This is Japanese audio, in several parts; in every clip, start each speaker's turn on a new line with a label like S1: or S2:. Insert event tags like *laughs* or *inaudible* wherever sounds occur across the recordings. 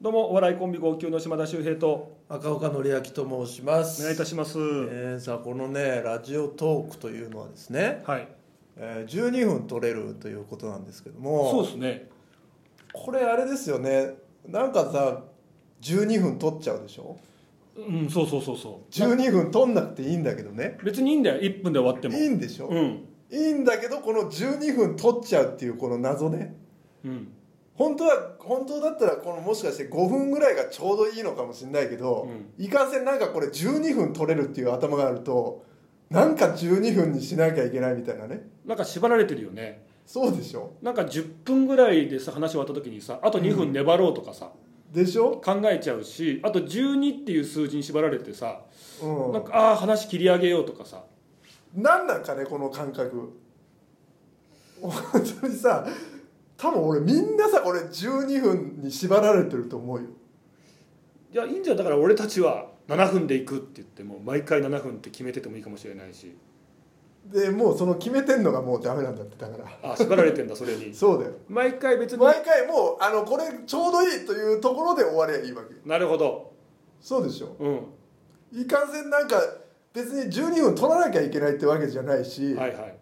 S1: どうもお笑いコンビ号泣の島田秀平と
S2: 赤岡典明と申します
S1: お願いいたします、
S2: えーさあこのねラジオトークというのはですね、
S1: はい
S2: えー12分取れるということなんですけども
S1: そうですね
S2: これあれですよねなんかさ12分取っちゃうでしょ
S1: うんそうそうそうそ
S2: 12分取んなくていいんだけどね
S1: う別にいいんだよ1分で終わって
S2: い
S1: も
S2: いんでしょ、
S1: うん
S2: いいんだけどこの12分取っちゃうっていうこの謎ね
S1: うん
S2: 本当は本当だったらこのもしかして5分ぐらいがちょうどいいのかもしれないけど、いかんせんなんかこれ12分取れるっていう頭があるとなんか12分にしなきゃいけないみたいなね
S1: なんか縛られてるよね
S2: そうでしょ
S1: なんか10分ぐらいでさ話終わった時にさあと2分粘ろうとかさ、
S2: でしょ、
S1: 考えちゃうしあと12っていう数字に縛られてさ、
S2: うん、
S1: なんかああ話切り上げようとかさ
S2: なんなんかねこの感覚本当にさ多分俺みんなさこれ12分に縛られてると思うよ
S1: いやいいんじゃんだから俺たちは7分で行くって言っても毎回7分って決めててもいいかもしれないし
S2: でもうその決めてんのがもうダメなんだってだから
S1: あー縛られてんだそれに
S2: そうだよ
S1: 毎回別に
S2: 毎回もうあのこれちょうどいいというところで終わりゃいいわけよ
S1: なるほど
S2: そうでしょ
S1: うん
S2: いかんせんなんか別に12分取らなきゃいけないってわけじゃないし、
S1: はいはい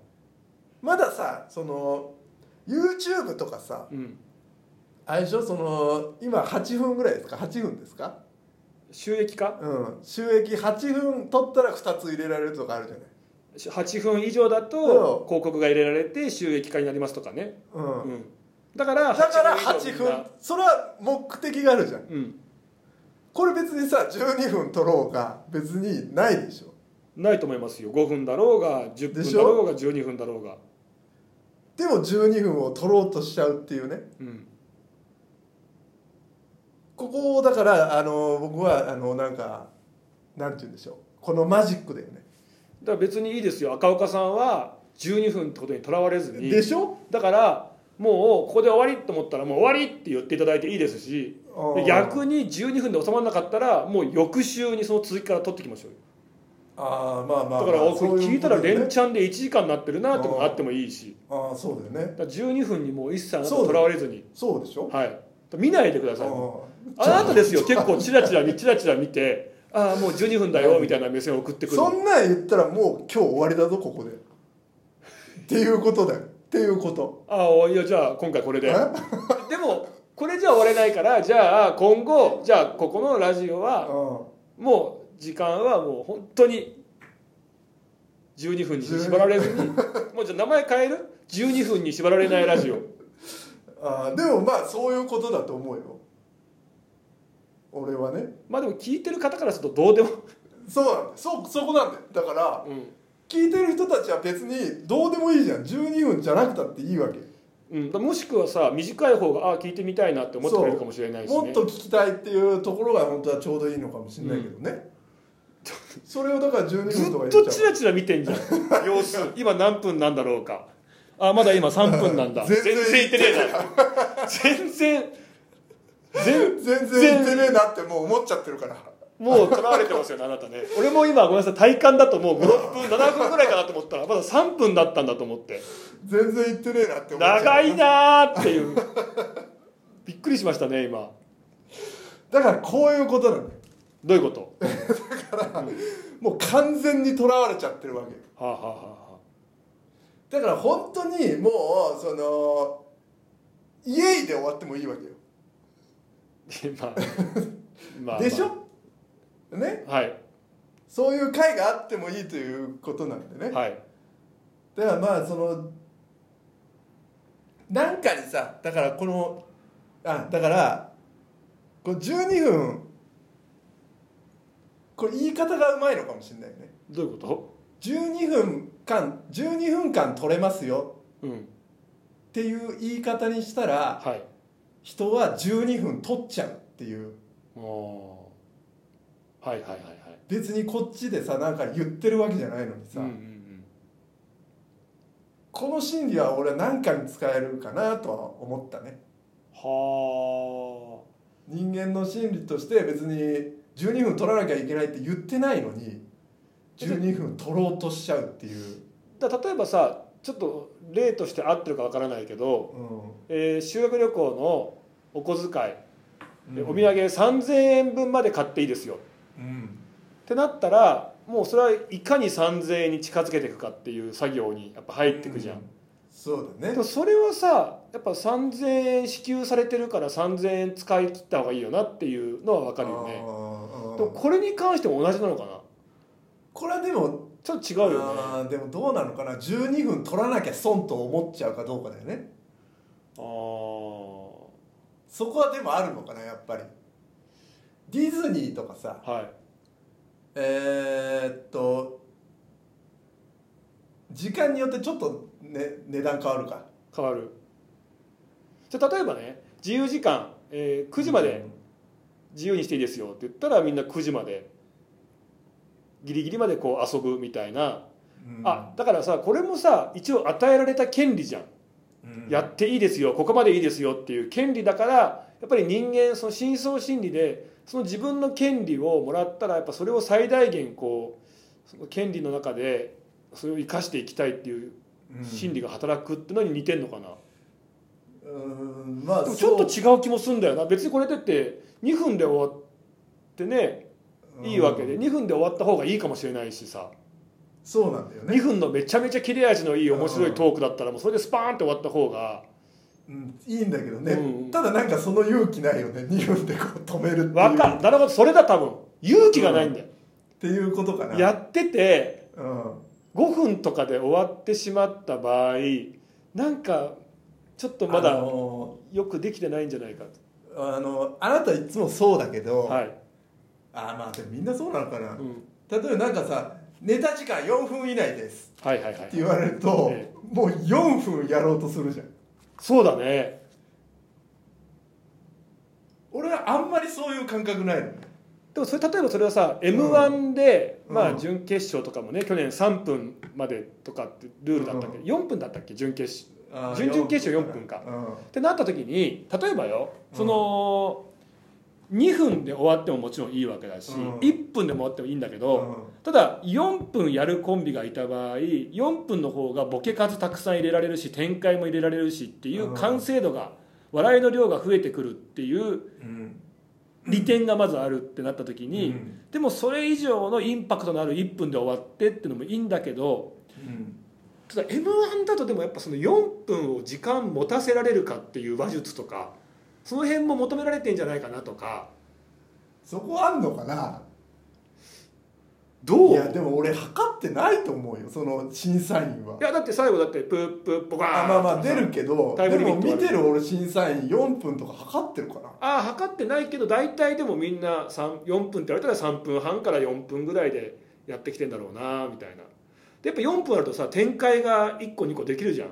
S2: まださその YouTube とかさ
S1: うん
S2: あれでしょその今8分ぐらいですか8分ですか
S1: 収益化
S2: うん収益8分取ったら2つ入れられるとかあるじゃない
S1: 8分以上だ
S2: う
S1: と
S2: ん
S1: 広告が入れられて収益化になりますとかね、
S2: うん、
S1: うん、だから
S2: だから
S1: 以
S2: 8
S1: 上みんな
S2: 分それは目的があるじゃん
S1: うん
S2: これ別にさ12分取ろうが別にないでしょ
S1: ないと思いますよ5分だろうが10
S2: で
S1: 分
S2: し
S1: だ
S2: ょ
S1: ろうが12分だろうが
S2: でも12分を取ろうとしちゃうっていうね
S1: うん
S2: ここをだからあの僕はあのなんかなんて言うんでしょうこのマジックだよね
S1: だから別にいいですよ赤岡さんは12分ってことにとらわれずに
S2: でしょ
S1: だからもうここで終わりと思ったらもう終わりって言っていただいていいですし
S2: うん
S1: 逆に12分で収まらなかったらもう翌週にその続きから取ってきましょうよ
S2: ああまあまあ、
S1: だから
S2: まあ
S1: これ聞いたら
S2: そうう
S1: 連
S2: ことね
S1: チャンで1時間になってるなってもあってもいいし
S2: ああそうだよね
S1: だから12分にもう一切あなた
S2: そう
S1: とらわれずに
S2: そうでしょ
S1: はい見ないでください
S2: うん
S1: あなたですよ結構チラチラ見チラチラ見てああもう12分だよみたいな目線を送ってくる
S2: そんなん言ったらもう今日終わりだぞここでっていうことだよっていうこと
S1: ああいやじゃあ今回これで
S2: え
S1: でもこれじゃ終われないからじゃあ今後じゃあここのラジオは
S2: う
S1: もう時間はもう本当に12分に縛られず
S2: *laughs*
S1: にもうじゃあ名前変える12分に縛られないラジオ
S2: んああでもまあそういうことだと思うよ俺はね
S1: まあでも聞いてる方からするとどうでも、
S2: そうなんだよそうそこなんだよだから
S1: うん
S2: 聞いてる人たちは別にどうでもいいじゃん12分じゃなくたっていいわけ
S1: うん、もしくはさ短い方がああ聞いてみたいなって思ってくれるかもしれないし、ね、
S2: もっと聞きたいっていうところが本当はちょうどいいのかもしれないけどね、それをだから12
S1: ず
S2: 分
S1: っ
S2: とか言っ
S1: と
S2: ち
S1: チ
S2: ゃう
S1: ラチラ見てんじゃん *laughs* 様子今何分なんだろうかあまだ今3分なんだ全
S2: 全
S1: 然
S2: 然
S1: いってねえな全然全
S2: 全然言ってねえなってもう思っちゃってるから
S1: もうとらわれてますよねあなたね俺も今ごめんなさい体感だともう56分7分ぐらいかなと思ったらまだ3分だったんだと思って
S2: 全然言ってねえなって思っちゃう
S1: 長いなーっていうびっくりしましたね今
S2: だからこういうことなのよ
S1: どういうこと
S2: もう完全にとらわれちゃってるわけよ
S1: はあ、はあはあは
S2: だから本当にもうそのイエイで終わってもいいわけよ、
S1: あ、 *laughs* まあまあ
S2: でしょね
S1: はい
S2: そういう回があってもいいということなんでね
S1: はい
S2: だからまあそのなんかにさだからこのあだからこの12分これ言い方がうまいのかもしれないよね
S1: どういうこ
S2: 12分間12分間取れますよ
S1: とうん
S2: っていう言い方にしたら
S1: はい
S2: 人は12分取っちゃうっていう
S1: おーはいはいはいはい
S2: 別にこっちでさなんか言ってるわけじゃないのにさ、
S1: うんうんうん
S2: この心理は俺は何かに使えるかなとは思ったね
S1: は
S2: 人間の心理として別に12分取らなきゃいけないって言ってないのに12分取ろうとしちゃうっていう、
S1: あだから例えばさちょっと例として合ってるかわからないけど
S2: うん
S1: えー修学旅行のお小遣いでお土産3000円分まで買っていいですよ
S2: うん
S1: ってなったらもうそれはいかに3000円に近づけていくかっていう作業にやっぱ入っていくじゃん、
S2: うそうだ
S1: で
S2: ね
S1: もそれはさやっぱ3000円支給されてるから3000円使い切った方がいいよなっていうのは分かるよね
S2: あ
S1: でも
S2: ー
S1: これに関しても同じなのかな
S2: これはでも
S1: ちょっと違うよね
S2: あーでもどうなのかな12分取らなきゃ損と思っちゃうかどうかだよね
S1: ああ
S2: そこはでもあるのかなやっぱりディズニーとかさ
S1: はい
S2: えーっと時間によってちょっと、ね、値段変わるか
S1: 変わるじゃあ例えばね自由時間、えー9時まで自由にしていいですよって言ったらみんな9時までギリギリまでこう遊ぶみたいな、
S2: うん
S1: あだからさこれもさ一応与えられた権利じゃん、
S2: うん
S1: やっていいですよここまでいいですよっていう権利だからやっぱり人間その深層心理でその自分の権利をもらったらやっぱそれを最大限こうその権利の中でそれを生かしていきたいっていう
S2: うん
S1: 心理が働くってのに似てんのかな、
S2: うーんまあ
S1: でもち
S2: そ
S1: ょ
S2: う
S1: っと違う気もするんだよな別にこれだって2分で終わってねいいわけで
S2: うん
S1: 2分で終わった方がいいかもしれないしさ
S2: そうなんだよ
S1: 2
S2: ね、
S1: 分のめちゃめちゃ切れ味のいい面白いトークだったらもうそれでスパーンって終わった方が
S2: うん、いいんだけどね、
S1: うん
S2: ただなんかその勇気ないよね2分でこう止めるっていう
S1: わかるなるほどそれだ多分勇気がないんだよ
S2: っていうことかな
S1: やってて
S2: うん
S1: 5分とかで終わってしまった場合なんかちょっとま
S2: あ
S1: だ
S2: の
S1: よくできてないんじゃないかと
S2: ーあのあなたいつもそうだけど、
S1: はい、
S2: あーまあでもみんなそうなのかな、
S1: うん、
S2: 例えばなんかさネタ時間4分以内です
S1: はいはいは
S2: って
S1: い
S2: 言われると、
S1: え
S2: もう4分やろうとするじゃん
S1: そうだね
S2: 俺はあんまりそういう感覚ないの
S1: でもそれ例えばそれはさ m 1で、
S2: うん
S1: まあ、準決勝とかもね去年3分までとかってルールだったっけど、4分だったっけ準決勝
S2: あー
S1: 準々決勝4分かってなった時に例えばよその、2分で終わってももちろんいいわけだし、
S2: うん
S1: 1分でも終わってもいいんだけ
S2: うん
S1: ど、ただ4分やるコンビがいた場合4分の方がボケ数たくさん入れられるし展開も入れられるしっていう完成度が笑いの量が増えてくるっていう
S2: うん
S1: 利点がまずあるってなった時に、
S2: うん
S1: でもそれ以上のインパクトのある1分で終わってっていうのもいいんだけど
S2: うん
S1: ただ m 1だとでもやっぱその4分を時間持たせられるかっていう話術とかその辺も求められてんじゃないかなとか
S2: そこあんのかな
S1: どう
S2: い
S1: い
S2: やでも俺測ってないと思うよその審査員はい
S1: やだって最後だってプープーポカーン
S2: あまあまあ出るけど
S1: タイ
S2: で
S1: ムリミッ
S2: も
S1: トあ
S2: 見
S1: る
S2: てる俺審査員4分とか測ってるかな
S1: ああ測ってないけど大体でもみんな3 4分って言われたら3分半から4分ぐらいでやってきてんだろうなみたいなでやっぱ4分あるとさ展開が1個2個できるじゃん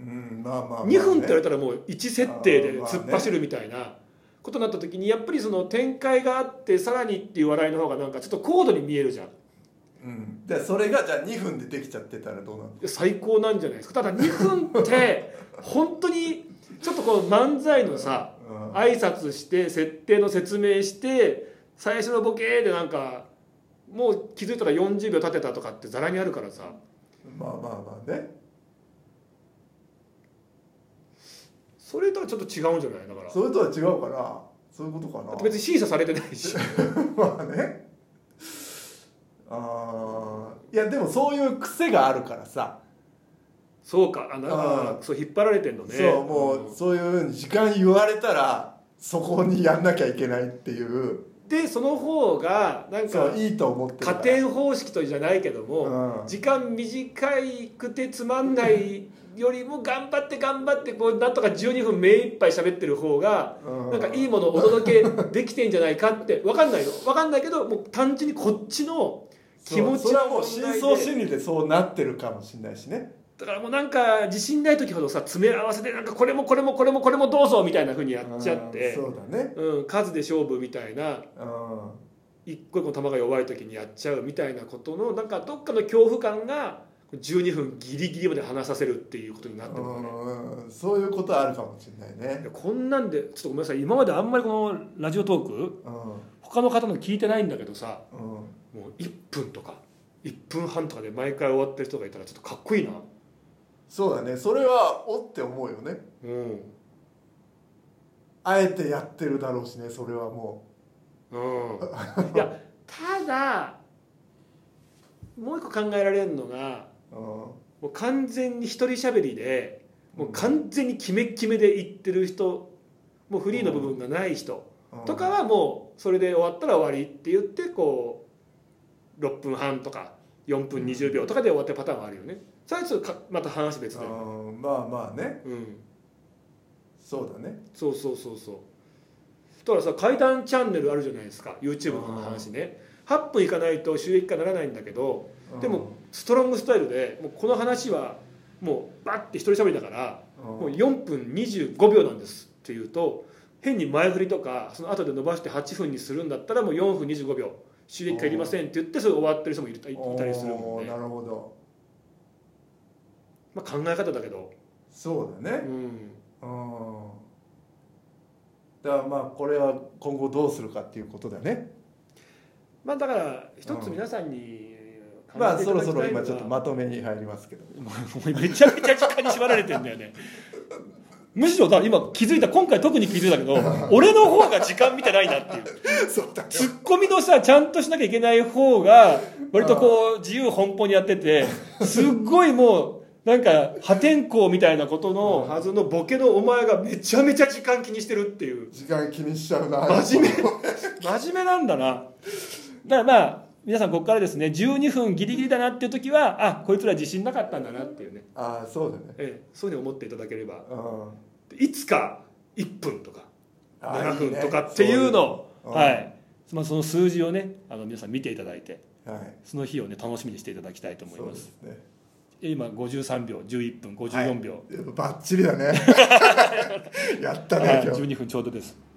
S2: うんまあまあまあね
S1: 2分って言われたらもう1設定で突っ走るみたいなことになった時にやっぱりその展開があってさらにっていう笑いの方がなんかちょっと高度に見えるじゃんい
S2: うんでそれがじゃあ2分でできちゃってたらどうなの
S1: や最高なんじゃないですかただ2分って本当にちょっとこの漫才のさ
S2: うん
S1: 挨拶して設定の説明して最初のボケーでなんかもう気づいたら40秒経てたとかってざらにあるからさ
S2: まあまあまあね
S1: それとはちょっと違うんじゃないだから
S2: それとは違うかなそういうことか
S1: だっ
S2: な
S1: て別に審査されてないし
S2: *laughs* まあねあーいやでもそういう癖があるからさ、
S1: そうかあなあ
S2: う
S1: そう引っ張られてんのね
S2: そうも
S1: ん
S2: うそういうふうに時間言われたらそこにやんなきゃいけないっていう
S1: でその方がなん
S2: そ
S1: か
S2: ういいと思ってるか
S1: 加
S2: ら
S1: 点方式とじゃないけども、
S2: うん
S1: 時間短くてつまんないよりも頑張って頑張ってこうなんとか12分目いっぱい喋ってる方が
S2: うん
S1: なんかいいものをお届けできてんじゃないかって分かんないよ分かんないけどもう単純にこっちの気持ち
S2: そうそれ
S1: の
S2: はもう
S1: 問題
S2: 深
S1: で
S2: 層心理でそうなってるかもしれないしね
S1: だからもうなんか自信ない時ほどさ詰め合わせでなんかこれもこれもこれもこれもどうぞみたいな風にやっちゃって
S2: うんそうだね
S1: うん、数で勝負みたいな
S2: うん
S1: 一個一個の球が弱い時にやっちゃうみたいなことのなんかどっかの恐怖感が12分ギリギリまで話させるっていうことになってるのね
S2: うんうんそういうことはあるかもしれないね
S1: いやこんなんでちょっとごめんなさい今まであんまりこのラジオトーク
S2: うん
S1: 他の方の聞いてないんだけどさ
S2: うん
S1: もう1分とか1分半とかで毎回終わってる人がいたらちょっとかっこいいな
S2: *laughs* そうだねそれはおって思うよね
S1: うん
S2: あえてやってるだろうしねそれはも
S1: うん、いやただもう一個考えられるのが
S2: う、うん、
S1: もう完全に一人喋りでもう完全にキメッキメで言ってる人もうフリーの部分がない人
S2: うん
S1: とかはもうそれで終わったら終わりって言ってこう6分半とか4分20秒とかで終わってるパターンはあるよねそれはちょっとかまた話別だよ、
S2: うんまあまあね
S1: うん、
S2: そうだね
S1: そうそうそうそうだからさ階段チャンネルあるじゃないですか YouTube の話ね8分いかないと収益化ならないんだけどでもストロングスタイルでもうこの話はもうバッて一人喋りだから
S2: うん
S1: もう4分25秒なんですっていうと変に前振りとかその後で伸ばして8分にするんだったらもう4分25秒収益化いりませんって言ってそれ終わってる人もいるいたりするも
S2: お
S1: ん
S2: ー
S1: ね、
S2: なるほど
S1: まあ、考え方だけど、
S2: そうだ
S1: うん、
S2: ねうんだからまあこれは今後どうするかっていうことだね
S1: まあだから一つ皆さんに考
S2: ま
S1: え
S2: あ
S1: てい
S2: そ
S1: ただきたい
S2: ろそ
S1: の
S2: ろ
S1: が
S2: 今ちょっとまとめに入ります
S1: *laughs*
S2: けど
S1: もうめちゃめちゃ時間に縛られてんだよねむしろだ今気づいた今回特に気づいたけど俺の方が時間見てないなっていう
S2: そうだ
S1: ツッコミのさちゃんとしなきゃいけない方が割とこう自由奔放にやっててすっごいもうなんか破天荒みたいなことのはずのボケのお前がめちゃめちゃ時間気にしてるっていう
S2: 時間気にしちゃうな
S1: 真面真面目なんだなだからまあ皆さんここからですね12分ギリギリだなっていう時はあこいつら自信なかったんだなっていうね
S2: ああそうだね
S1: ええ、そういうふうに思っていただければ
S2: うん
S1: いつか1分とか
S2: あ
S1: 7
S2: いい
S1: 分
S2: ね
S1: とかっていうのを
S2: そういうのうん
S1: はいまあ、その数字をねあの皆さん見ていただいて
S2: はい
S1: その日をね楽しみにしていただきたいと思い
S2: そう
S1: ま
S2: ですすね
S1: 今53秒11分54秒、 *laughs*
S2: バッチリだねやった
S1: はい
S2: ね今日
S1: 12分ちょうどです